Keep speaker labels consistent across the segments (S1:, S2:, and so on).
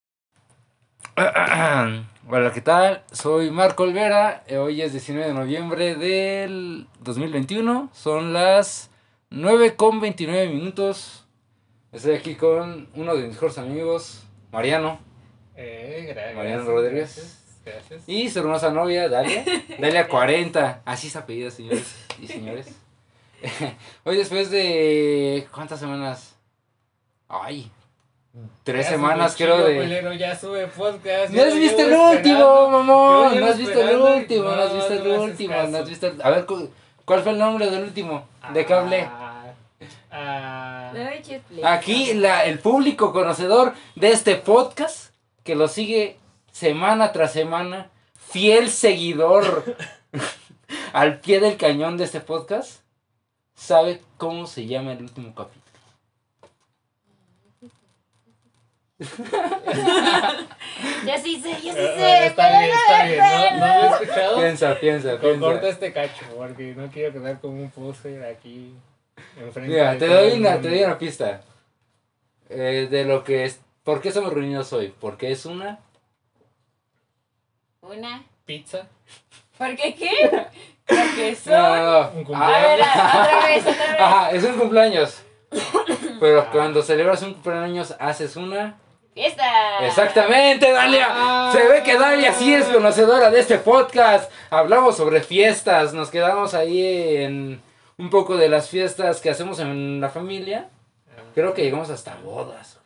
S1: Hola, ¿qué tal? Soy Marco Olvera. Eh, Hoy es 19 de noviembre del 2021. Son las 9 con 29 minutos. Estoy aquí con uno de mis mejores amigos, Mariano,
S2: Eh, gracias.
S1: Mariano Rodríguez.
S2: Gracias. gracias.
S1: y su hermosa novia, Dalia. Dalia 40. Así es apellida, señores y señores. Hoy, después de. ¿Cuántas semanas? Ay, tres
S2: Ya
S1: semanas,
S2: sube chido,
S1: creo, de.
S2: culero, ya sube podcast.
S1: No
S2: yo
S1: has
S2: lo
S1: visto el
S2: llevo
S1: último,
S2: esperando.
S1: mamón.
S2: Yo lo
S1: No has
S2: llevo
S1: visto el
S2: esperando y
S1: último, no has
S2: no,
S1: visto el
S2: no haces
S1: último,
S2: caso.
S1: no has visto el... A ver, cu- ¿cuál fue el nombre del último? ¿De qué hablé?
S2: Ah, ah,
S3: Le doy chifle.
S1: Aquí la, el público conocedor de este podcast, que lo sigue semana tras semana, fiel seguidor al pie del cañón de este podcast, sabe cómo se llama el último capítulo.
S3: Ya sí sé, ya sí
S2: eh,
S3: sé.
S2: está bien, está bien. No, no lo he escuchado.
S1: Piensa, piensa,
S2: Co- Corta
S1: piensa.
S2: este cacho porque no quiero quedar como un poser aquí. enfrente
S1: Mira,
S2: de
S1: te
S2: todo
S1: doy
S2: el
S1: una,
S2: mundo.
S1: te doy una pista eh, de lo que es... ¿Por qué somos reunidos hoy? Porque es una...
S3: Una.
S2: pizza.
S3: ¿Por qué qué? Porque
S1: No,
S3: son.
S1: no, no.
S2: Un
S3: A
S1: Ah,
S2: cumpleaños.
S3: ver, a- otra vez, otra vez.
S1: Ajá, es un cumpleaños. Pero
S2: Ah.
S1: cuando celebras un cumpleaños haces una.
S3: Fiesta.
S1: Exactamente, Dalia.
S2: Ah.
S1: Se ve que Dalia sí es conocedora de este podcast. Hablamos sobre fiestas, nos quedamos ahí en un poco de las fiestas que hacemos en la familia. Creo que llegamos hasta bodas.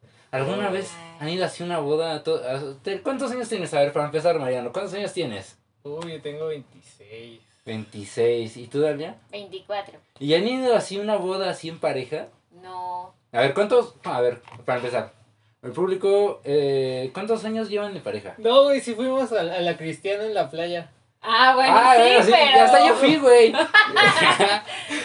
S1: güey. ¿Alguna
S3: Ay.
S1: vez han ido así a una boda? a to- a- te- ¿Cuántos años tienes? A ver, para empezar, Mariano, ¿cuántos años tienes?
S2: Ah, Uy, yo tengo 26.
S1: 26. ¿Y tú, Dalia?
S3: 24.
S1: ¿Y han ido así a una boda así en pareja?
S3: No.
S1: A ver, ¿cuántos? A ver, para empezar. El público, eh, ¿cuántos años llevan de pareja?
S2: No, güey, si fuimos a, a la cristiana en la playa.
S3: Ah, bueno,
S1: ah,
S3: sí,
S1: bueno, sí,
S3: pero.
S1: ya hasta yo fui, güey.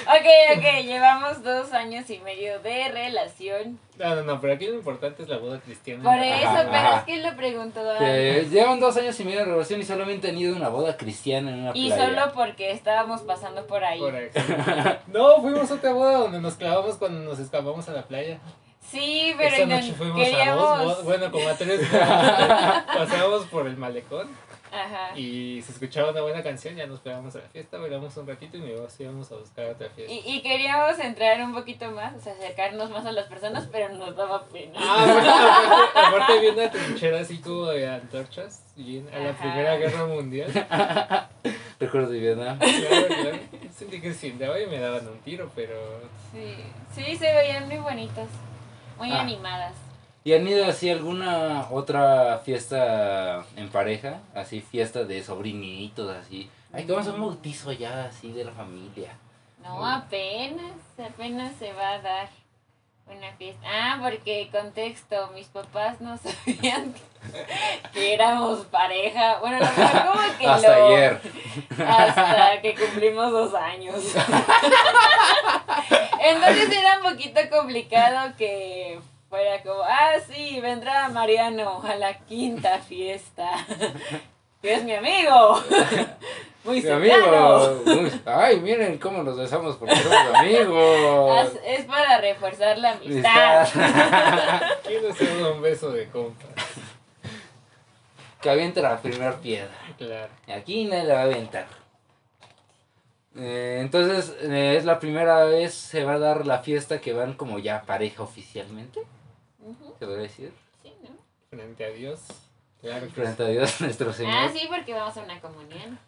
S3: Ok, ok, llevamos dos años y medio de relación.
S2: Ah, No, no, no, pero aquí lo importante es la boda cristiana.
S3: Por
S2: en la
S3: eso,
S2: playa.
S3: pero
S1: ajá.
S3: es que lo pregunto. ay.
S1: Que llevan dos años y medio de relación y solamente han ido a una boda cristiana en una
S3: Y
S1: playa.
S3: solo porque estábamos pasando por ahí.
S2: Por acá. No, fuimos a otra boda donde nos clavamos cuando nos escapamos a la playa.
S3: Sí, pero
S2: Esa
S3: no-
S2: noche fuimos a dos,
S3: queríamos.
S2: bo- bueno, como a tres bodas. Pasamos por el malecón
S3: Ajá.
S2: y se escuchaba una buena canción, ya nos pegamos a la fiesta, bailamos un ratito y luego sí íbamos a buscar otra fiesta.
S3: Y, y queríamos entrar un poquito más, o sea, acercarnos más a las personas, pero nos daba pena.
S2: Ah, bueno, aparte, aparte había una trinchera así como de antorchas y en- a la
S3: Ajá.
S2: Primera Guerra Mundial.
S1: Recuerdo de Vietnam.
S2: Claro, claro. Sentí que se andaba y me daban un tiro, pero
S3: Sí, sí, se veían muy bonitas, muy
S1: Ah.
S3: animadas.
S1: ¿Y han ido así a alguna otra fiesta en pareja? Así fiesta de sobrinitos, así. Ay, que vamos a un bautizo ya, así, de la familia.
S3: No,
S1: Muy.
S3: apenas, apenas se va a dar una fiesta. Ah, porque contexto, mis papás no sabían que, que éramos pareja. Bueno, no, pero como que
S1: Hasta
S3: lo-
S1: ayer.
S3: Hasta que cumplimos dos años. Entonces era un poquito complicado que fuera como, ah, sí, vendrá Mariano a la quinta fiesta. Que es mi amigo. Muy
S1: Mi
S3: cercano.
S1: amigo. uy, Ay, miren cómo nos besamos porque somos amigos.
S3: As- Es para reforzar la amistad.
S1: Amistad.
S2: quiero hacer un beso de compa.
S1: que avienta la primera piedra.
S2: Claro.
S1: Aquí nadie la va a aventar. Eh, entonces, eh, es la primera vez se va a dar la fiesta que van como ya pareja oficialmente,
S3: Ujú,
S1: se podría decir.
S3: sí, ¿no?
S2: Frente a Dios. Claro que sí.
S1: Frente a Dios nuestro
S3: Ah,
S1: Señor.
S3: sí, porque vamos a una comunión.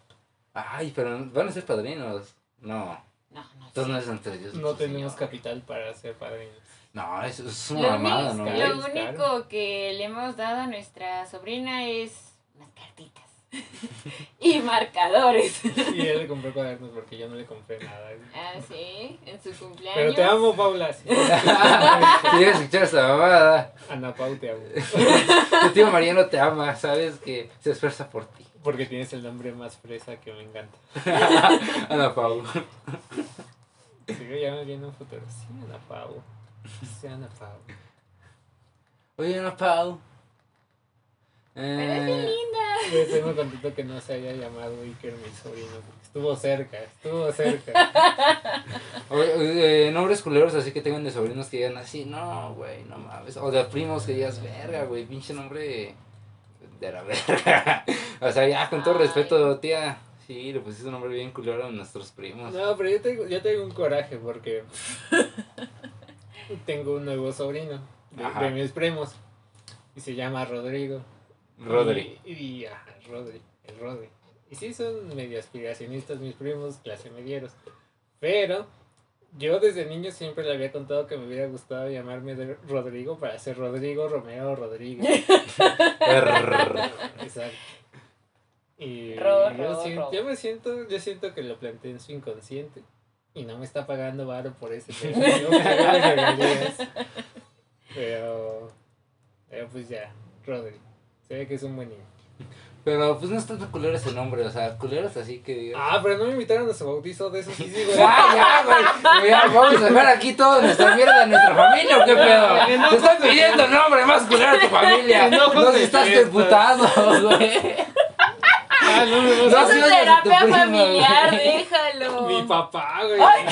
S1: Ay, pero van a ser padrinos. No,
S3: No, no.
S1: entonces no
S3: sé.
S1: es entre Dios.
S2: No
S1: nuestro
S2: tenemos
S1: Señor.
S2: capital para ser padrinos.
S1: No, es, es
S3: Lo
S1: una mamada, ¿no?
S3: único-
S2: güey?
S3: lo
S2: Claro.
S3: único que le hemos dado a nuestra sobrina es unas cartitas y marcadores.
S2: Y él le compró cuadernos porque yo no le compré nada.
S3: Ah, sí, en su cumpleaños.
S2: Pero te amo, Paula. sí.
S1: Si llegas a escuchar esta mamada,
S2: Ana Pau te amo.
S1: tu tío Mariano te ama, sabes que se esfuerza por ti.
S2: Porque tienes el nombre más fresa que me encanta.
S1: Ana Pau.
S2: Sigo ya me viendo un futuro. Sí, Ana Pau. Sí, Ana Pau.
S1: Oye, Ana Pau.
S3: Pero es bien
S1: Eh,
S3: linda.
S2: Yo estoy muy contento que no se haya llamado Iker mi sobrino. Porque estuvo cerca, estuvo cerca.
S1: Oye, oye, eh, nombres culeros así que tengan de sobrinos que digan así, no, güey, no mames. O de primos que digas, verga, güey, pinche nombre de la verga. o sea, ya con todo
S3: Ay.
S1: respeto, tía. Sí, le pusiste un nombre bien culero a nuestros primos.
S2: No, pero yo tengo, yo tengo un coraje porque tengo un nuevo sobrino de,
S1: Ajá.
S2: de mis primos y se llama Rodrigo.
S1: Rodri.
S2: Y, y- ajá, Rodri, el Rodri. Y sí, son medio aspiracionistas mis primos, clase medieros. Pero yo desde niño siempre le había contado que me hubiera gustado llamarme de Rodrigo para ser Rodrigo Romeo Rodríguez.
S1: Err.
S2: Exacto. Y
S3: Ro,
S2: yo,
S3: ro,
S2: sien-
S3: ro.
S2: yo me siento, yo siento que lo planteé en su inconsciente. Y no me está pagando varo por ese tema. yo me pago las regalías. pero, pero pues ya, Rodri. Se ve que es un buen niño.
S1: Pero pues no está tan culero ese nombre, o sea, culeros así que digas.
S2: Ah, pero no me invitaron a su bautizo de eso sí, sí, güey.
S1: Ya, ya, güey. Ya, vamos a dejar aquí toda nuestra mierda en nuestra familia, ¿o qué
S2: Que no
S1: pedo? Te están
S2: juzgues.
S1: pidiendo nombre más culero a tu familia.
S2: Que no
S1: Nos
S2: juzgues
S1: estás
S2: esto.
S1: disputando, güey.
S2: Ah, no me
S1: No,
S2: gusta.
S3: Entonces
S1: sí, oyes a tu
S3: terapia
S1: prima,
S3: familiar,
S1: güey.
S3: déjalo.
S2: Mi papá, güey.
S1: A ver,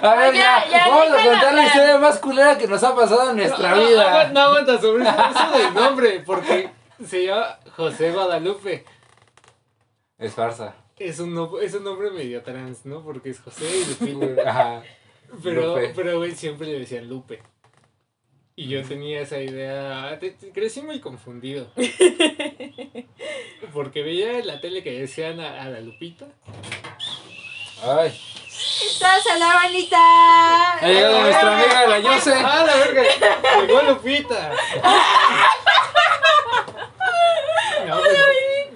S3: Ah, Ya,
S1: ya,
S3: ya,
S1: vamos a
S3: déjenla
S1: contar la
S3: hablar.
S1: historia más culera que nos ha pasado en nuestra
S2: No,
S1: vida.
S2: aguanta- No aguanta sobre eso, eso del nombre, porque se llama José Guadalupe.
S1: Es farsa.
S2: Es un, no- es un nombre medio trans, ¿no? Porque es José y Lupita.
S1: Ajá.
S2: Pero,
S1: Lupe.
S2: pero güey, siempre le decían Lupe. Y yo tenía esa idea. te- te- crecí muy confundido. Porque veía en la tele que decían a, a la Lupita.
S1: Ay.
S3: ¡Estás a la bonita!
S1: Ha llegado nuestra amiga la Yose.
S2: ¡Ah, la verga! ¡Llegó Lupita! No, pues,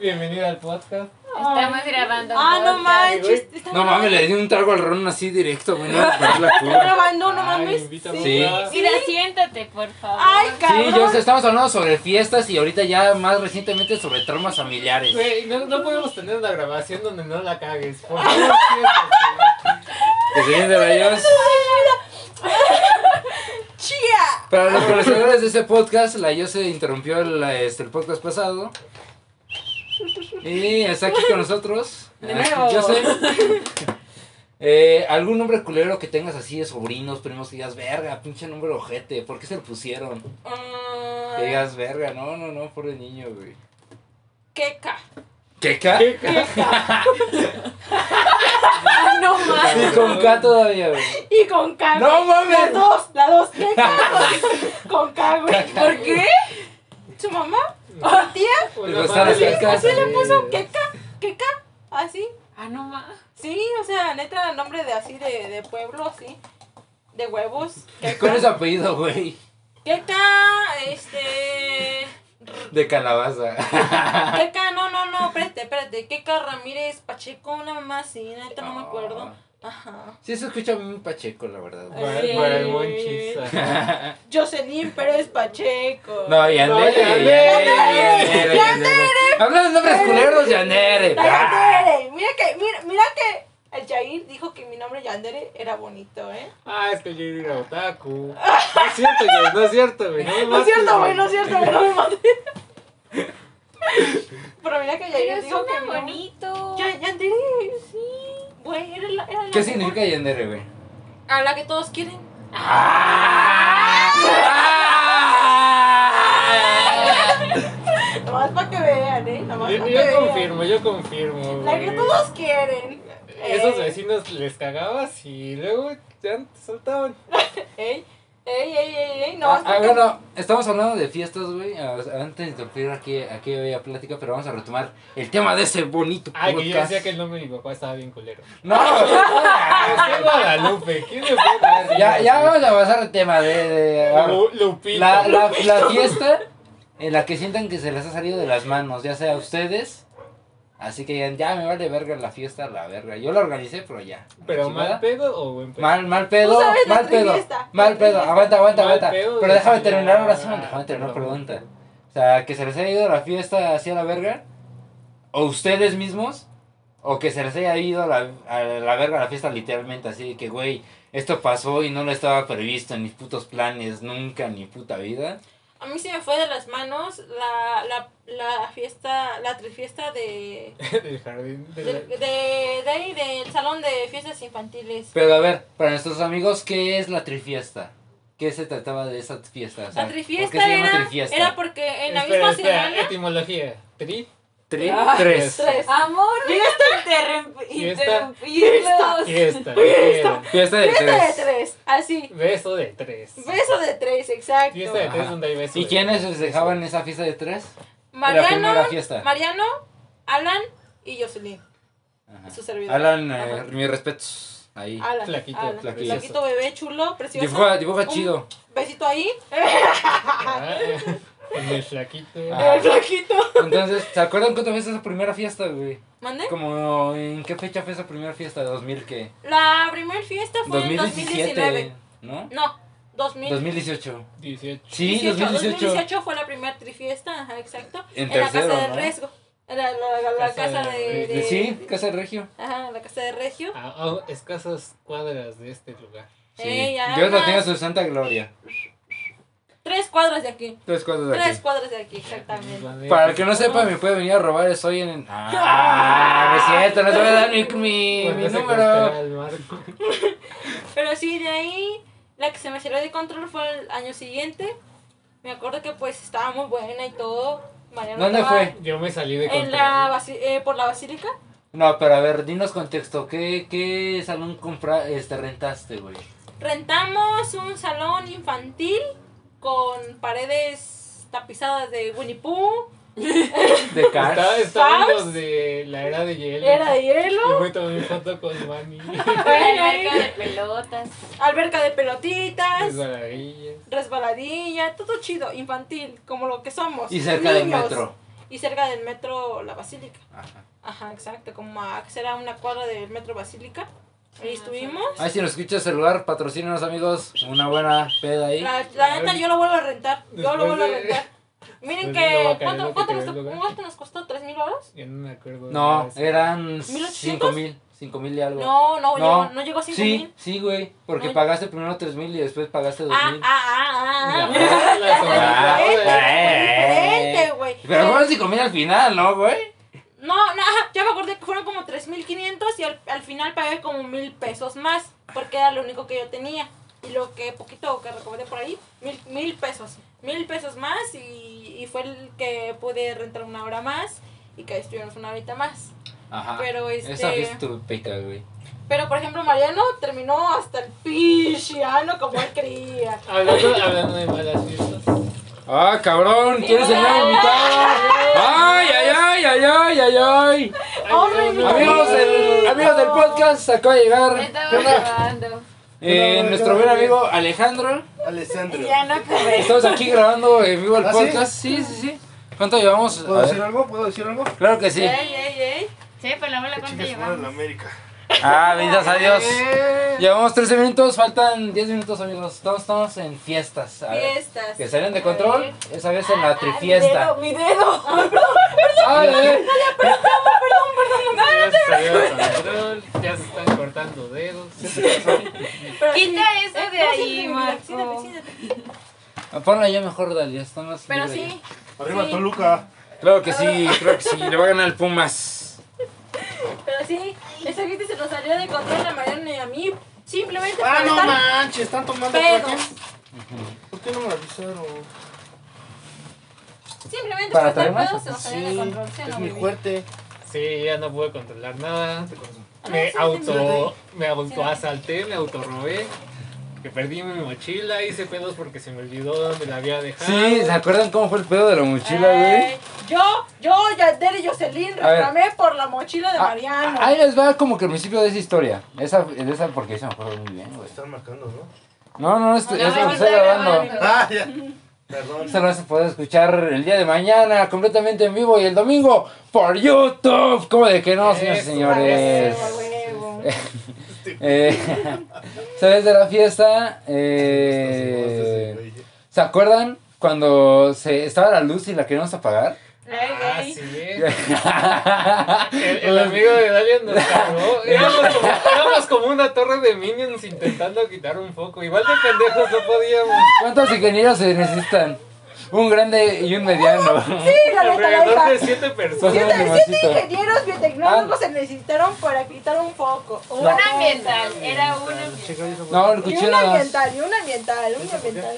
S2: bienvenida al podcast.
S3: Estamos grabando. un
S4: Ah, no
S3: podcast.
S4: manches. Está
S1: No mames, le di un trago al ron así directo, güey. No, me perdí la cura.
S4: grabando, no
S2: Ay,
S4: mames.
S2: invita
S1: Sí.
S2: a
S3: Mira, siéntate, por favor.
S4: Ay,
S1: Sí,
S4: cabrón.
S1: yo estamos hablando sobre fiestas y ahorita ya más recientemente sobre traumas familiares.
S2: Güey, no, no podemos tener una grabación donde no la cagues. Por favor, siéntate.
S1: Que se viene la Yose.
S4: Chía.
S1: Para los conocedores de este podcast, la Yose interrumpió el, este, el podcast pasado. Y está aquí con nosotros.
S3: De nuevo.
S1: Yose. Eh, ¿Algún nombre culero que tengas así de sobrinos, primos, que digas, verga, pinche nombre ojete, ¿por qué se lo pusieron? Que
S4: Mm,
S1: digas, verga, no, no, no, por el niño, güey.
S4: Queca.
S1: ¿Qué K?
S2: ¿Qué
S4: Ah, no mames.
S1: Sí, con K todavía, güey.
S4: Y con K.
S1: ¡No
S4: güey.
S1: mames!
S4: La dos, la dos. Queca con- con K, güey.
S3: ¿Por qué?
S4: ¿Su mamá? ¿O tía?
S1: Pero
S2: Una madre-
S1: estabas en
S4: Sí, así
S1: casa.
S4: le puso Queca. Queca. Así.
S3: Ah, no más.
S4: Sí, o sea, neta, nombre de así de, de pueblo, así. De huevos.
S1: Con ese
S4: Queca.
S1: apellido, güey,
S4: Queca, este.
S1: de calabaza.
S4: Queca, no, no, no, espérate, espérate. Queca Ramírez Pacheco, una mamá así, neta, no me acuerdo.
S3: Ah.
S4: Ajá.
S1: Ah. Sí, se escucha muy pacheco, la verdad. güey.
S2: Para- para el monchis, ajá.
S4: Jocelyn Pérez Pacheco.
S1: No, Yandere.
S2: No, Yandere.
S1: Yandere, Yandere. Hablando de nombres culeros, Yandere.
S4: La
S1: Ah.
S4: Yandere. Mira que, mira, mira que el Jair dijo que mi nombre Yandere era bonito, ¿eh?
S2: Ah, es que yo era otaku. No es cierto, güey, no es cierto, güey. me
S4: No es
S2: mates,
S4: cierto, güey, no es cierto, güey, no me mates. Pero mira que
S3: Pero
S4: Jair dijo
S3: suena
S4: que mi nombre-
S3: bonito.
S4: Ya- Yandere, sí. Güey, era la, era la
S1: ¿Qué
S4: mejor.
S1: significa Yandere, güey?
S4: A la que todos quieren.
S1: Ah.
S4: Nomás para que vean, ¿eh? Nomás
S2: Yo,
S4: para que
S2: yo
S4: vean.
S2: confirmo, yo confirmo.
S4: La
S2: güey.
S4: que todos quieren.
S2: Esos vecinos les cagabas y luego ya te soltaban.
S4: Ey, ey, ey, ey, ey, no
S1: Ah,
S4: vas
S1: ah,
S4: porque-
S1: bueno, estamos hablando de fiestas, güey. Ah, Antes de interrumpir aquí, aquí había plática, pero vamos a retomar el tema de ese bonito
S2: Ay, que yo
S1: podcast.
S2: decía que el nombre de mi papá estaba bien culero.
S1: No,
S2: José Guadalupe, ¿quién le puede
S1: ya, ya vamos a pasar al tema de... de- ah,
S2: Lu- Lupita.
S1: la, la, la fiesta en la que sientan que se les ha salido de las manos, ya sea a ustedes. Así que digan, ya me vale verga la fiesta, la verga. Yo la organicé, pero ya.
S2: ¿Pero
S1: Chingada.
S2: mal pedo o buen pedo?
S1: Mal, mal pedo,
S4: Tú sabes la
S1: mal pedo,
S4: triviesta,
S1: mal
S4: la
S1: pedo,
S4: triviesta.
S1: aguanta, aguanta,
S2: Mal
S1: aguanta.
S2: pedo
S1: Pero
S2: de
S1: déjame
S2: señora.
S1: terminar ahora sí, déjame terminar la
S2: Perdón.
S1: pregunta. O sea, que se les haya ido la fiesta hacia la verga, o ustedes mismos, o que se les haya ido la- a la verga la fiesta literalmente, así de que, güey, esto pasó y no lo estaba previsto en mis putos planes, nunca, ni puta vida.
S4: A mí se me fue de las manos la, la, la fiesta, la trifiesta de,
S2: Del jardín. de
S4: de,
S2: la-
S4: de, de ahí, del salón de fiestas infantiles.
S1: Pero a ver, para nuestros amigos, ¿qué es la trifiesta? ¿Qué se trataba de esas fiestas? O sea,
S4: La trifiesta
S1: ¿por qué se llama
S4: era,
S1: trifiesta?
S4: era porque en la
S2: Espera,
S4: misma
S2: espera,
S4: semana.
S2: Etimología. Tri.
S1: Tri-
S3: Ah,
S1: tres.
S4: tres.
S3: Amor, déjate
S2: Fiesta.
S3: interrumpirlos.
S2: Fiesta.
S4: Fiesta.
S1: Fiesta de
S4: Fiesta de
S1: Ah, tres.
S4: tres, así.
S2: Beso de tres.
S4: Beso de tres, exacto.
S2: Fiesta de tres
S1: Ajá.
S2: donde hay beso.
S1: ¿Y
S2: de
S1: quiénes
S2: tres.
S1: festejaban esa fiesta de tres? La
S4: Mariano,
S1: primera fiesta.
S4: Mariano, Alan y Jocelyn.
S1: Ajá.
S4: Su servidor.
S1: Alan, eh,
S4: Ajá.
S1: mis respetos. Ahí.
S4: Alan.
S2: Flaquito,
S4: Alan.
S1: flaquillo.
S4: Flaquito bebé chulo, precioso.
S1: Dibuja, dibuja
S4: Un
S1: chido.
S4: Besito ahí.
S2: Ah, el flaquito.
S1: Ah.
S4: El flaquito.
S1: Entonces, ¿se acuerdan cuándo fue esa primera fiesta, güey?
S4: ¿Mande?
S1: Como, ¿en qué fecha fue esa primera fiesta? ¿2000 qué?
S4: La primer fiesta fue en
S1: 2017,
S4: 2019.
S1: ¿no?
S4: No, 2000.
S1: 2018.
S2: 18.
S1: Sí, 2018.
S4: 2018 fue la primera trifiesta, ajá, exacto.
S1: En
S4: En,
S1: tercero,
S4: la casa
S1: ¿no?
S4: de Resgo. Era la, la- la
S2: Casa
S4: casa
S2: de-
S4: de, de-
S1: Sí, Casa del Regio.
S4: Ajá, la casa de Regio.
S2: A, a Ah, oh, escasas cuadras de este lugar.
S1: Sí.
S4: Eh, ya
S1: Dios la
S4: más.
S1: tenga su santa gloria.
S4: Tres cuadras de aquí.
S1: Tres cuadros de
S4: Tres
S1: aquí.
S4: cuadras de aquí, exactamente.
S1: Para el que no sepa, me puede venir a robar, estoy en... Ah, no es cierto, no te voy a dar mi, mi, mi
S2: Cuando se cortará
S1: número.
S2: el marco.
S4: Pero sí, de ahí la que se me salió de control fue el año siguiente. Me acuerdo que pues estaba muy buena y todo. Mariano
S1: ¿Dónde
S4: estaba
S1: fue?
S2: Yo me salí de
S4: En
S2: control.
S4: la basi- eh, por la basílica.
S1: No, pero a ver, dinos contexto. ¿Qué, qué salón compra, este, rentaste, güey?
S4: Rentamos un salón infantil con paredes tapizadas de Winnie Pooh,
S1: De
S2: Estaba-
S1: Cars.
S2: Estaban
S4: Fabs.
S2: los de la era de hielo.
S4: era de hielo,
S2: Yo me tomé foto con Manny.
S3: Alberca de pelotas.
S4: alberca de pelotitas,
S2: Desbaladillas.
S4: resbaladilla, todo chido, infantil, como lo que somos.
S1: Y cerca del
S4: niños.
S1: metro.
S4: Y cerca del metro La Basílica.
S1: Ajá.
S4: Ajá, exacto, como a, será una cuadra del metro Basílica. Ahí estuvimos.
S1: Ay, si nos escuchas el lugar, patrocínanos, amigos. Una buena peda ahí.
S4: La, la neta, yo lo vuelvo a rentar. Yo lo
S2: Después
S4: vuelvo a
S2: de-
S4: rentar. Miren
S2: Pues no va a
S4: que.
S2: caer lo
S4: ¿Cuánto,
S2: que
S4: cuánto,
S2: quedó
S4: nos,
S2: el lugar.
S4: ¿Cuánto nos costó? ¿Tres mil horas?
S2: Yo no me acuerdo.
S1: No,
S2: nada de eso.
S1: eran
S4: ¿1800?
S1: 5 mil, 5 mil y algo.
S4: No, no,
S1: No.
S4: no, no llegó a cinco mil.
S1: Sí, sí, güey, porque
S4: No.
S1: pagaste primero 3 mil y después pagaste 2
S4: Ah,
S1: mil.
S4: ah, ah, ah,
S2: Ya,
S4: ah.
S2: la
S4: Ya se
S2: sobrada,
S4: fue,
S2: güey.
S4: ya se fue diferente, güey.
S1: Pero
S4: Eh,
S1: fueron 5 mil al final, ¿no, güey?
S4: No, no, ajá, ya me acordé que fueron como 3.500 y al, al final pagué como mil pesos más, porque era lo único que yo tenía. Y lo que poquito que recomendé por ahí, mil, mil pesos. Mil pesos más y, y fue el que pude rentar una hora más y que ahí estuvimos una horita más.
S1: Ajá.
S4: Pero este...
S1: Esa fiesta estuvo peca, güey.
S4: Pero por ejemplo, Mariano terminó hasta el pichiano como él creía.
S2: Hablando, hablando de malas fiestas.
S1: ¡Ah, cabrón! ¿Quieres el nuevo invitado? ¡Ay, ay, ay, ay, ay, ay, ay!
S4: Hombre,
S2: no, no,
S1: Amigos
S2: no.
S1: del, amigos del podcast, acaba de llegar
S3: Me estaba
S1: ¿qué onda?
S3: grabando.
S1: Eh,
S5: Hola,
S1: nuestro
S5: hola,
S1: buen
S5: hola.
S1: amigo Alejandro.
S5: Alessandro.
S3: Ya no acabé.
S1: Estamos aquí grabando en vivo el
S5: ¿Ah, sí?
S1: podcast. Sí, sí, sí. ¿Cuánto llevamos?
S5: ¿Puedo
S1: A
S5: decir
S1: ver.
S5: algo? ¿Puedo decir algo?
S1: Claro que sí.
S4: Ey, ey, ey.
S3: Sí, pero la bola cuánto
S5: Chicas, fuera de la
S3: llevamos.
S5: América.
S1: Ah, benditas a Dios.
S5: Eh.
S1: Llevamos 13 minutos, faltan 10 minutos, amigos. Estamos, estamos en fiestas. A ver,
S4: Fiestas. Ah,
S1: que salieron de control, esa vez en la trifiesta.
S4: Mi dedo.
S1: Ay, ay,
S2: Ya se salió de control. Ya se están cortando dedos.
S3: Quita
S4: Pero sí,
S3: eso
S4: eh,
S3: de
S4: no,
S3: ahí,
S4: siéntate,
S3: Marco.
S4: siéntate, siéntate.
S1: ay. Ponla ya mejor, Dalia. Está más
S4: Pero
S1: libre
S4: sí,
S5: Arriba
S4: Sí.
S5: Toluca.
S1: ya. Claro que sí, creo que sí. Le va a ganar el Pumas.
S5: Ah,
S4: pero sí, esa gente se nos salió de control a Mariana y a mí. Simplemente
S5: Ah,
S4: por
S5: no
S4: estar
S5: manches, están tomando
S4: pedos.
S5: coca. ¿Por qué no me avisaron?
S4: Simplemente
S1: Para
S4: por
S1: traer
S4: estar
S1: más.
S4: pedos se nos salió de control. ¿sí o no,
S5: es mi
S4: baby?
S5: fuerte.
S2: Sí, ya no pude controlar nada.
S4: Ah,
S2: Me
S4: sí,
S2: auto, me auto asalté, me autorrobé. Que perdí mi mochila, hice pedos porque se me olvidó dónde la había dejado.
S1: Sí, ¿se acuerdan cómo fue el pedo de la mochila, güey?
S4: Ay, Eh, Yo, yo, Yander y Jocelyn
S1: A ver.
S4: reclamé por la mochila de
S1: Ah,
S4: Mariano.
S1: Ahí les va como que el principio de esa historia. Esa, de esa porque se me acuerdo muy bien,
S5: Me
S1: güey.
S5: están marcando, ¿no?
S1: No, no, esto,
S3: No,
S1: eso
S3: no,
S1: lo estoy
S3: está
S1: grabando.
S3: grabando.
S5: Ah, ya. Perdón.
S1: Esto lo vas a poder escuchar el día de mañana completamente en vivo y el domingo por YouTube. ¿Cómo de que no, señores y
S2: Eso,
S1: señores?
S4: A huevo, a huevo.
S1: Eh, ¿Sabes de la fiesta?
S5: Este,
S1: Eh,
S5: güey.
S1: ¿Se acuerdan cuando se estaba la luz y la queríamos apagar?
S5: Ah,
S4: Ey, ey.
S2: Así es. Ah, El, el amigo de Dalia nos cargó. Éramos como, éramos como una torre de minions intentando quitar un foco. Igual de pendejos no podíamos.
S1: ¿Cuántos ingenieros se necesitan? un grande y un mediano.
S4: Sí, la neta, la
S2: Alrededor de
S4: neta.
S2: siete personas.
S1: Pues,
S4: Siete,
S1: Pásame mi
S4: siete
S1: vasito.
S4: ingenieros biotecnólogos se necesitaron para quitar un foco.
S3: Un ambiental, era un ambiental.
S1: No, el
S4: Y un
S1: cuchillo.
S4: ambiental, y un ambiental, un ambiental.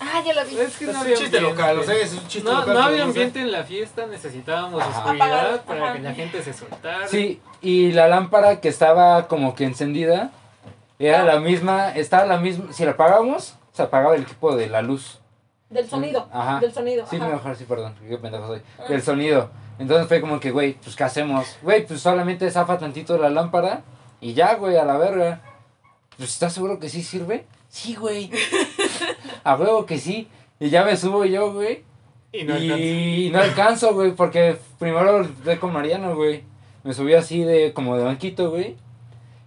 S3: Ah, ya lo vi.
S2: Es que no
S5: Es un
S2: había
S5: chiste
S2: ambiente.
S5: local, o sea, es un chiste
S2: No,
S5: local.
S2: no había
S5: que vamos a hacer.
S2: ambiente en la fiesta, necesitábamos
S1: Ajá.
S2: oscuridad
S4: Apagar,
S2: para
S4: ajá.
S2: que la gente se soltara.
S1: Sí, y la lámpara que estaba como que encendida era la misma, estaba la misma, si la apagábamos, se apagaba el equipo de la luz.
S4: Del sonido.
S1: Ajá.
S4: Del sonido.
S1: Ah, Sí,
S4: ajá.
S1: mejor, sí, perdón, qué pendejo soy. Del sonido. Entonces fue como que, güey, pues ¿qué hacemos? Güey, pues solamente zafa tantito la lámpara y ya, güey, a la verga. Pues ¿estás seguro que sí sirve? Sí, güey. a huevo que sí. Y ya me subo yo, güey.
S2: Y no alcanzó.
S1: Y no alcanzo, güey, porque primero fue con Mariano, güey. Me subí así de como de banquito, güey.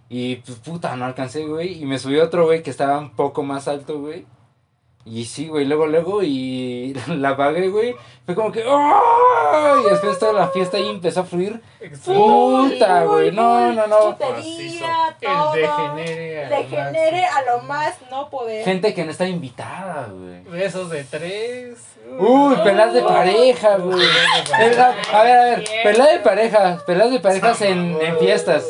S1: Y pues puta, no alcancé, güey. Y me subió otro, güey, que estaba un poco más alto, güey. Y sí, güey, luego, luego, y la apagué, güey. Fue como que... ¡Oh! Y después toda la fiesta ahí empezó a fluir. Puta, güey, no, no, no.
S4: Chutería,
S2: El
S4: todo.
S2: degenere. al
S4: Degenere
S2: máximo.
S4: a lo más no poder.
S1: Gente que no está invitada, güey.
S2: Besos de tres.
S1: Uy, pelas de pareja, güey. Pela- A ver, a ver, pelas de pareja, pelas de parejas en, en fiestas.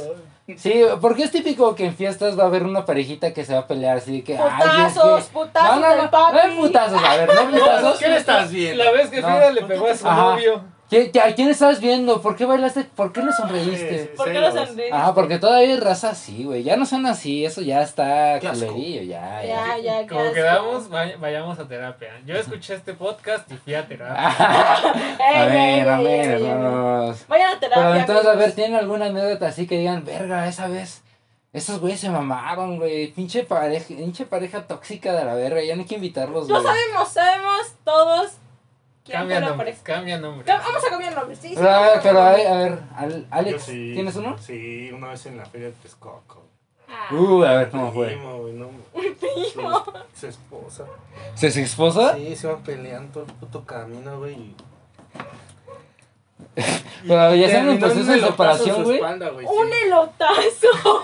S1: Sí, porque es típico que en fiestas va a haber una parejita que se va a pelear así de que. ay, es que-
S4: Putazos, putazos
S1: No, no,
S4: del
S1: no,
S4: papi.
S1: no hay putazos, a ver, no hay putazos.
S5: ¿Qué le estás viendo?
S2: La vez que
S1: No.
S2: Frida le pegó a su
S1: Ajá.
S2: novio.
S1: ¿Qué- qué- ¿A quién estás viendo? ¿Por qué bailaste? ¿Por qué le
S5: Sí,
S1: sonreíste?
S5: sí,
S3: ¿Por qué
S5: celos.
S3: lo sonríes?
S1: Ah, porque todavía hay raza así, güey. Ya no son así, eso ya está
S5: Qué asco.
S1: culerillo, ya, ya.
S4: Ah, Ya, ya, qué
S2: Como
S4: asco.
S2: quedamos, vay- vayamos a terapia. Yo escuché este podcast y fui a
S1: Ah,
S2: terapia.
S4: Ey,
S1: A
S4: ey,
S1: ver, a
S4: ey,
S1: ver,
S4: ey, ey.
S1: hermanos.
S4: Vayan a terapia. pues.
S1: Pero entonces, a
S4: amigos.
S1: ver, ¿tienen alguna anécdota así que digan, verga, esa vez? Esos güeyes se mamaron, güey. Pinche pareja, pinche pareja tóxica de la verga. Ya no hay que invitarlos,
S4: No
S1: güey.
S4: sabemos, sabemos todos quién
S2: Cambia
S4: fue la
S2: nombre,
S4: pareja.
S2: cambia nombre.
S4: Cam- Vamos a cambiar nombres, sí. sí,
S1: Pero a
S4: vamos
S1: ver,
S4: a
S1: pero a
S4: cambiar
S1: ver, a ver, al-
S5: Yo
S1: Alex,
S5: sí.
S1: ¿tienes uno?
S5: Sí, una vez en la feria de Texcoco.
S3: Ah,
S1: Uh, a ver cómo fue.
S5: Primo, güey, no. Primo. Su esposa.
S1: ¿Se se esposa?
S5: Sí, se iban peleando todo el puto camino, güey. y-
S1: Pero ya
S5: Y
S1: saben el
S5: terminó
S1: proceso
S5: en
S1: de
S5: un elotazo en
S1: separación,
S5: su
S1: güey.
S5: espalda, güey,
S4: Un
S5: sí.
S4: elotazo.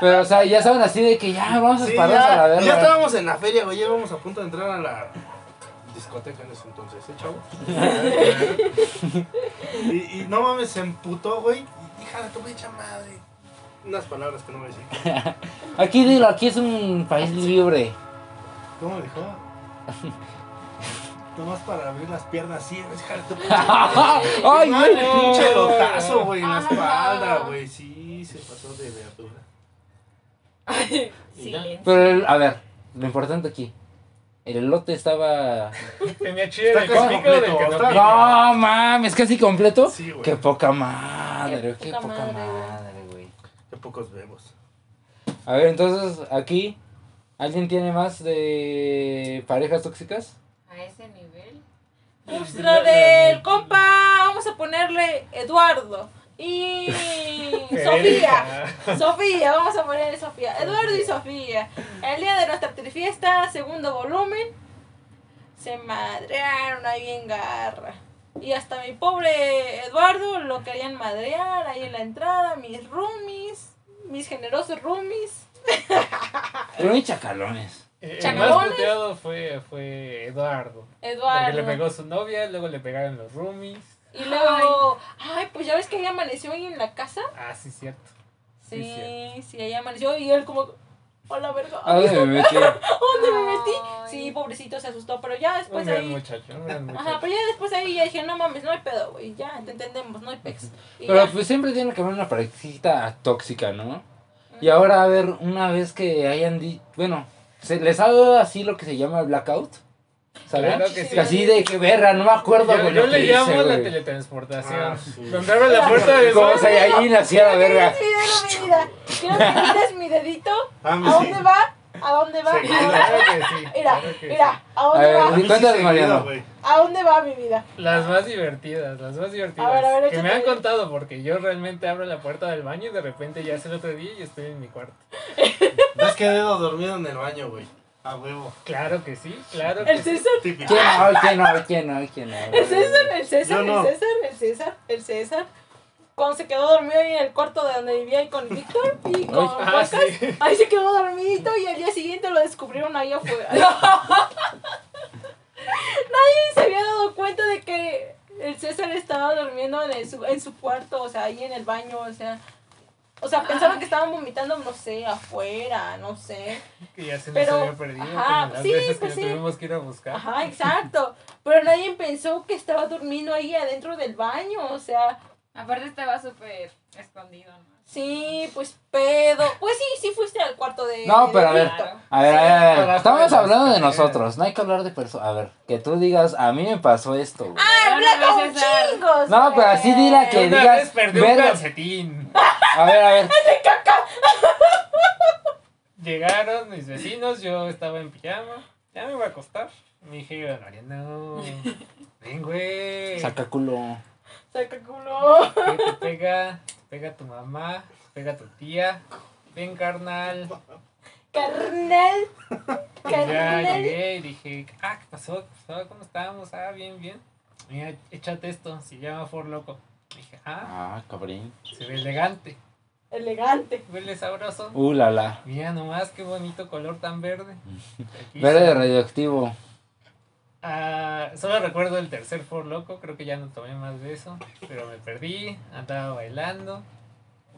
S1: Pero, o sea, ya saben así de que ya vamos a
S5: Sí,
S1: separarnos
S5: ya,
S1: a la verga.
S5: ya estábamos en la feria, güey. Ya íbamos a punto de entrar a la discoteca en ese entonces, ¿eh, chavo? y, y no mames, se emputó, güey. y, Hija de tu pinche madre. Unas palabras que no voy a decir.
S1: Aquí dilo, aquí es un país libre.
S5: ¿Cómo dijo? Nomás para abrir las piernas, sí, güey, hija de tu pinche
S1: ¡Ay,
S5: madre,
S1: güey!
S5: pinche lotazo, güey, en la
S4: Ah.
S5: espalda, güey. Sí, se pasó de verdura.
S3: silencio.
S1: Pero, el- a ver, lo importante aquí. El elote estaba...
S2: Tenía chile de
S5: Está casi
S2: pico, de que no
S5: completo, está-
S2: pica.
S1: No mames, casi completo.
S5: Sí, güey.
S1: Qué poca madre, qué,
S4: Qué
S1: poca,
S4: poca
S1: madre,
S4: madre, güey.
S1: güey.
S5: Qué pocos bebos.
S1: A ver, entonces aquí, ¿alguien tiene más de parejas tóxicas?
S3: A ese nivel.
S4: Pues la del compa, vamos a ponerle Eduardo y Sofía. Sofía, vamos a ponerle Sofía. Eduardo y Sofía. El día de nuestra trifiesta, segundo volumen, se madrearon ahí bien garra. Y hasta mi pobre Eduardo lo querían madrear ahí en la entrada, mis roomies, mis generosos roomies.
S1: Pero hay chacalones.
S2: El más
S4: Chacalones.
S2: puteado fue, fue Eduardo. Porque le
S4: Eduardo.
S2: pegó su novia, luego le pegaron los roomies.
S4: Y luego, ay, pues ya ves que ahí amaneció ahí en la casa.
S2: Ah, sí, cierto. Sí,
S4: Sí, sí, ahí amaneció y él como, hola verga,
S1: ¿A dónde me metí?
S4: ¿dónde me metí?
S3: Ay.
S4: Sí, pobrecito, se asustó, pero ya
S2: Un
S4: después
S2: gran
S4: Pues ahí...
S2: muchacho, un gran
S4: Ajá, pues
S2: muchacho.
S4: pero ya después ahí ya dije, no mames, no hay pedo, güey, ya, te entendemos, no hay pex. Y
S1: Pero
S4: ya.
S1: pues siempre tiene que haber una parejita tóxica, ¿no? Y ahora, a ver, una vez que hayan dicho, bueno, ¿se les ha dado así lo que se llama blackout? ¿Sabes?
S2: Claro que sí.
S1: Así de que verga, no me acuerdo,
S2: Yo,
S1: güey.
S2: yo
S1: lo que
S2: le llamo
S1: hice,
S2: la
S1: güey.
S2: teletransportación.
S5: Ah, sí.
S2: Donde abre la puerta de
S1: Como
S2: sol.
S1: Saiyajin, así a la verga.
S4: Mira, mira, mira, mira, creo que este es mi dedito,
S5: Ah,
S4: ¿a dónde va? ¿A dónde va? ¿A
S5: Sí,
S4: dónde
S2: Claro
S4: va?
S2: que sí.
S4: Mira,
S2: claro que
S4: mira, ¿a
S1: A
S4: dónde
S1: ver,
S5: Ah,
S4: va?
S1: di- cuéntanos, Mariano.
S4: ¿A dónde va mi vida?
S2: sí. Las más divertidas, las más divertidas.
S4: A ver, a ver,
S2: que
S4: échate
S2: me han
S4: ahí.
S2: contado porque yo realmente abro la puerta del baño y de repente ya es el otro día y estoy en mi cuarto.
S5: Te has quedado dormido en el baño, güey. A huevo.
S2: Claro que sí, claro que
S4: ¿El
S2: sí.
S4: César?
S5: Típico.
S1: ¿Quién no? ¿Quién no? ¿Quién no? ¿Quién no?
S2: Pues
S4: ¿El César? ¿El César?
S5: Yo no.
S4: ¿El César? ¿El César? ¿El César? Cuando se quedó dormido ahí en el cuarto de donde vivía ahí con Víctor y con
S1: Ay,
S2: Ah,
S4: Juanca,
S2: sí.
S4: Ahí se quedó dormidito y al día siguiente lo descubrieron ahí afuera. Nadie en su, en su cuarto, o sea, ahí en el baño, o sea. O sea, pensaba que estaban vomitando, no sé, afuera, no sé.
S2: Que ya se
S4: Pero-
S2: nos había perdido.
S4: ajá,
S2: como las
S4: sí,
S2: veces
S4: pues
S2: que
S4: sí.
S2: lo tuvimos que ir a buscar.
S4: Ajá, exacto. Pero nadie pensó que estaba durmiendo ahí adentro del baño, o sea,
S3: Aparte estaba súper escondido, ¿no?
S4: sí, pues pedo. Pues sí, sí fuiste al cuarto de.
S1: No,
S4: de
S1: pero a ver,
S4: Víctor.
S1: A ver, a ver, a ver.
S2: Abajo
S1: Estamos
S2: de las
S1: hablando de
S2: escaleras.
S1: nosotros, no hay que hablar de personas. A ver, que tú digas, a mí me pasó esto. güey".
S4: ¡Ah,
S3: Perdóname,
S4: habla con
S3: César.
S4: chingos!
S1: No, pero
S4: güey.
S1: así dirá que-
S2: Una
S1: digas,
S2: vez perdí un
S1: verga.
S2: calcetín.
S1: A ver, a ver.
S2: Llegaron mis vecinos, yo estaba en pijama. Ya me iba a acostar. Me dije, María, no. Ven, güey.
S1: Saca culo.
S4: Saca culo.
S2: Que te pega, te pega tu mamá, te pega tu tía. Ven, carnal.
S4: Carnal.
S2: Y ya
S4: Carnal.
S2: llegué y dije, ah, ¿qué pasó? ¿Qué pasó? ¿Cómo estábamos? Ah, bien, bien. Mira, échate esto, se llama For Loco. Dije, ah,
S1: Ah, cabrín.
S2: se ve elegante,
S4: Elegante.
S2: huele sabroso.
S1: Uh, la, la.
S2: Mira nomás, qué bonito color tan verde. Aquí
S1: Verde
S2: sí.
S1: radioactivo.
S2: Ah, solo recuerdo el tercer For Loco, creo que ya no tomé más de eso, pero me perdí, andaba bailando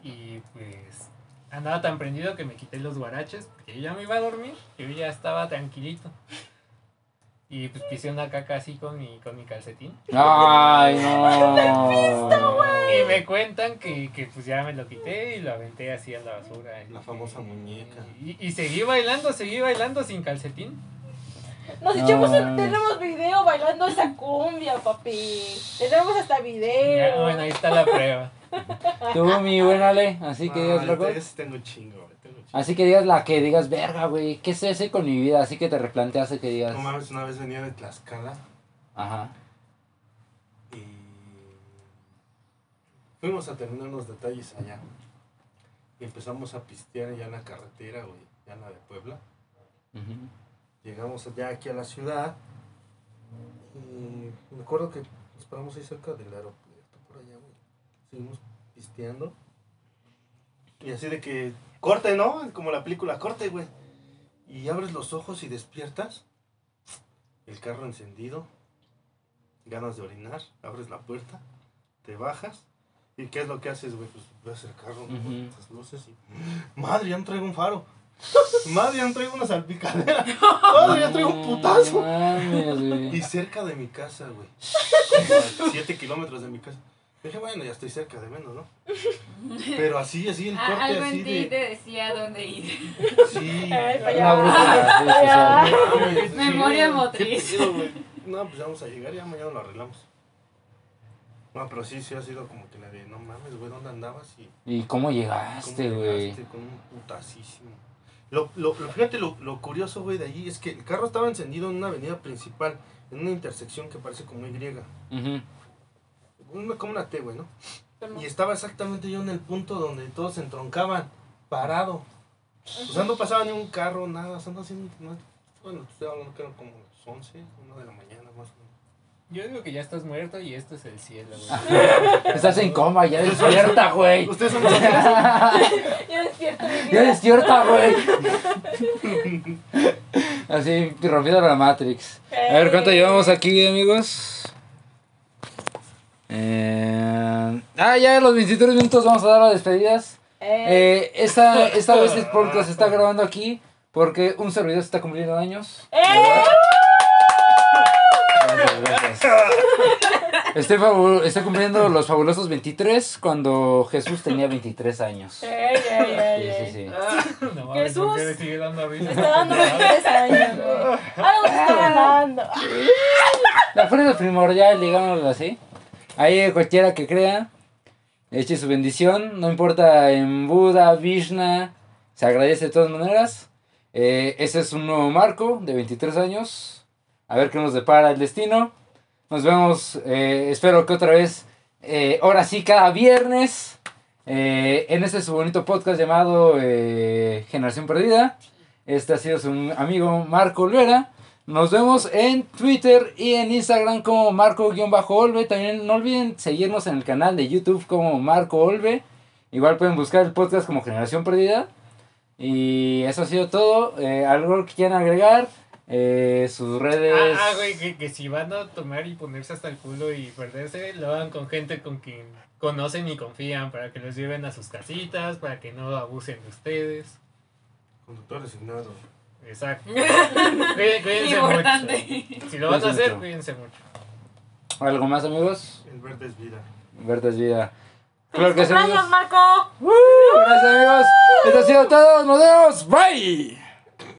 S2: y pues andaba tan prendido que me quité los guaraches, porque yo ya me iba a dormir, yo ya estaba tranquilito. Y pues pisé una caca así con mi, con mi calcetín.
S1: Ay, no.
S2: Y me cuentan que, que pues ya me lo quité y lo aventé así a la basura.
S5: La famosa muñeca.
S2: Y, y seguí bailando, seguí bailando sin calcetín.
S4: Nos echamos,
S1: Ay.
S4: tenemos video bailando esa cumbia, papi. Tenemos hasta
S2: Ya,
S4: video.
S2: bueno, ahí está la prueba.
S1: Tú, mi buen Ale, así que
S5: Ah,
S1: digas
S5: yo
S1: loco.
S5: te- yo sí tengo un chingo, güey, tengo un chingo.
S1: Así que digas la que digas, verga, güey, ¿qué se hace con mi vida? Así que te replanteaste que digas.
S5: No mames, una vez venía de Tlaxcala
S1: Ajá.
S5: y fuimos a terminar unos detalles allá. Y empezamos a pistear ya en la carretera, güey, ya en la de Puebla.
S1: Ujú.
S5: Llegamos allá aquí a la ciudad. Y me acuerdo que nos paramos ahí cerca del aeropuerto, por allá, güey. Seguimos pisteando. Y así de que, corte, ¿no? Como la película, corte, güey. Y abres los ojos y despiertas. El carro encendido. Ganas de orinar. Abres la puerta. Te bajas. ¿Y qué es lo que haces, güey? Pues ves el carro, güey,
S1: Ujú.
S5: las luces y... ¡ah! Madre, ya no traigo un faro. Madre, ya no traigo una salpicadera. Madre, ya traigo un
S1: No
S5: putazo.
S1: mames,
S5: Y
S1: güey.
S5: cerca de mi casa, güey. Como a 7 kilómetros de mi casa. Dije, bueno, ya estoy cerca de menos, ¿no? Pero así, así, el
S3: Ah,
S5: corte
S3: algo
S5: así
S3: en ti
S5: de.
S3: te decía dónde ir.
S5: Sí.
S4: Ay, para
S1: Una brújula, sí, sí, sí.
S5: No, güey, sí,
S3: Memoria
S5: güey.
S3: motriz.
S5: Qué pedo, güey. No, pues ya vamos a llegar, ya mañana lo arreglamos. No, pero sí, sí ha sido como que la de, no mames, güey, ¿dónde andabas? Y
S1: ¿Y cómo
S5: ¿Cómo
S1: llegaste, güey?
S5: llegaste Con un putasísimo. Lo, lo, lo- fíjate lo, lo curioso, güey, de allí es que el carro estaba encendido en una avenida principal, en una intersección que parece como Y.
S1: Ujú.
S5: Una, como una T, güey, ¿no?
S4: Pero-
S5: Y estaba exactamente yo en el punto donde todos se entroncaban, parado. O sea, no pasaba ni un carro, nada. O sea, no hacían. no- bueno, estoy hablando que eran como las 11, 1 de la mañana, más o menos.
S2: Yo digo que ya estás muerto y esto es el cielo. güey.
S1: Estás en coma, ya despierta, güey.
S5: Ustedes son los
S4: Yo despierto mi vida.
S1: Ya despierta, güey. Así, rompiendo la Matrix. A ver, ¿cuánto llevamos aquí, amigos? Eh, Ah, ya los 23 minutos vamos a dar las despedidas.
S4: Eh,
S1: Eh, esta, esta vez el podcast se está grabando aquí porque un servidor está cumpliendo años.
S4: eh,
S1: Gracias, gracias. Estoy, fabu- estoy cumpliendo los fabulosos 23 cuando Jesús tenía 23 años. Sí,
S4: eh, eh, eh,
S1: sí,
S4: eh.
S1: sí.
S2: No mames, ¿por qué
S4: Jesús.
S2: le sigue dando ahorita?
S4: Me está dando 23 años, güey. Algo se está ganando.
S1: La frase primordial, digámoslo así. Ahí eh, cualquiera que crea, eche su bendición. No importa en Buda, Vishna, se agradece de todas maneras. Eh, ese es un nuevo marco de 23 años. A ver qué nos depara el destino. Nos vemos, eh, espero que otra vez, eh, ahora sí, cada viernes, eh, en este su bonito podcast llamado eh, Generación Perdida. Este ha sido su amigo Marco Olvera. Nos vemos en Twitter y en Instagram como Marco-Olve. También no olviden seguirnos en el canal de YouTube como Marco Olve. Igual pueden buscar el podcast como Generación Perdida. Y eso ha sido todo. Eh, ¿Algo que quieran agregar? eh, sus redes.
S2: Ah, ah, güey, que, que si van a tomar y ponerse hasta el culo y perderse, lo hagan con gente con quien conocen y confían para que los lleven a sus casitas, para que no abusen de ustedes.
S5: Conductor designado.
S2: Exacto. Cuí- cuídense
S3: Importante.
S2: mucho. Si lo van a
S1: Cuídense
S2: hacer,
S1: mucho.
S2: cuídense mucho.
S1: ¿Algo más, amigos?
S5: El verde es vida.
S1: Berta es vida. Claro que sí, amigos.
S4: Gracias, Marco.
S1: ¡Woo! Gracias, amigos. Esto ha sido todo. Nos vemos. Bye.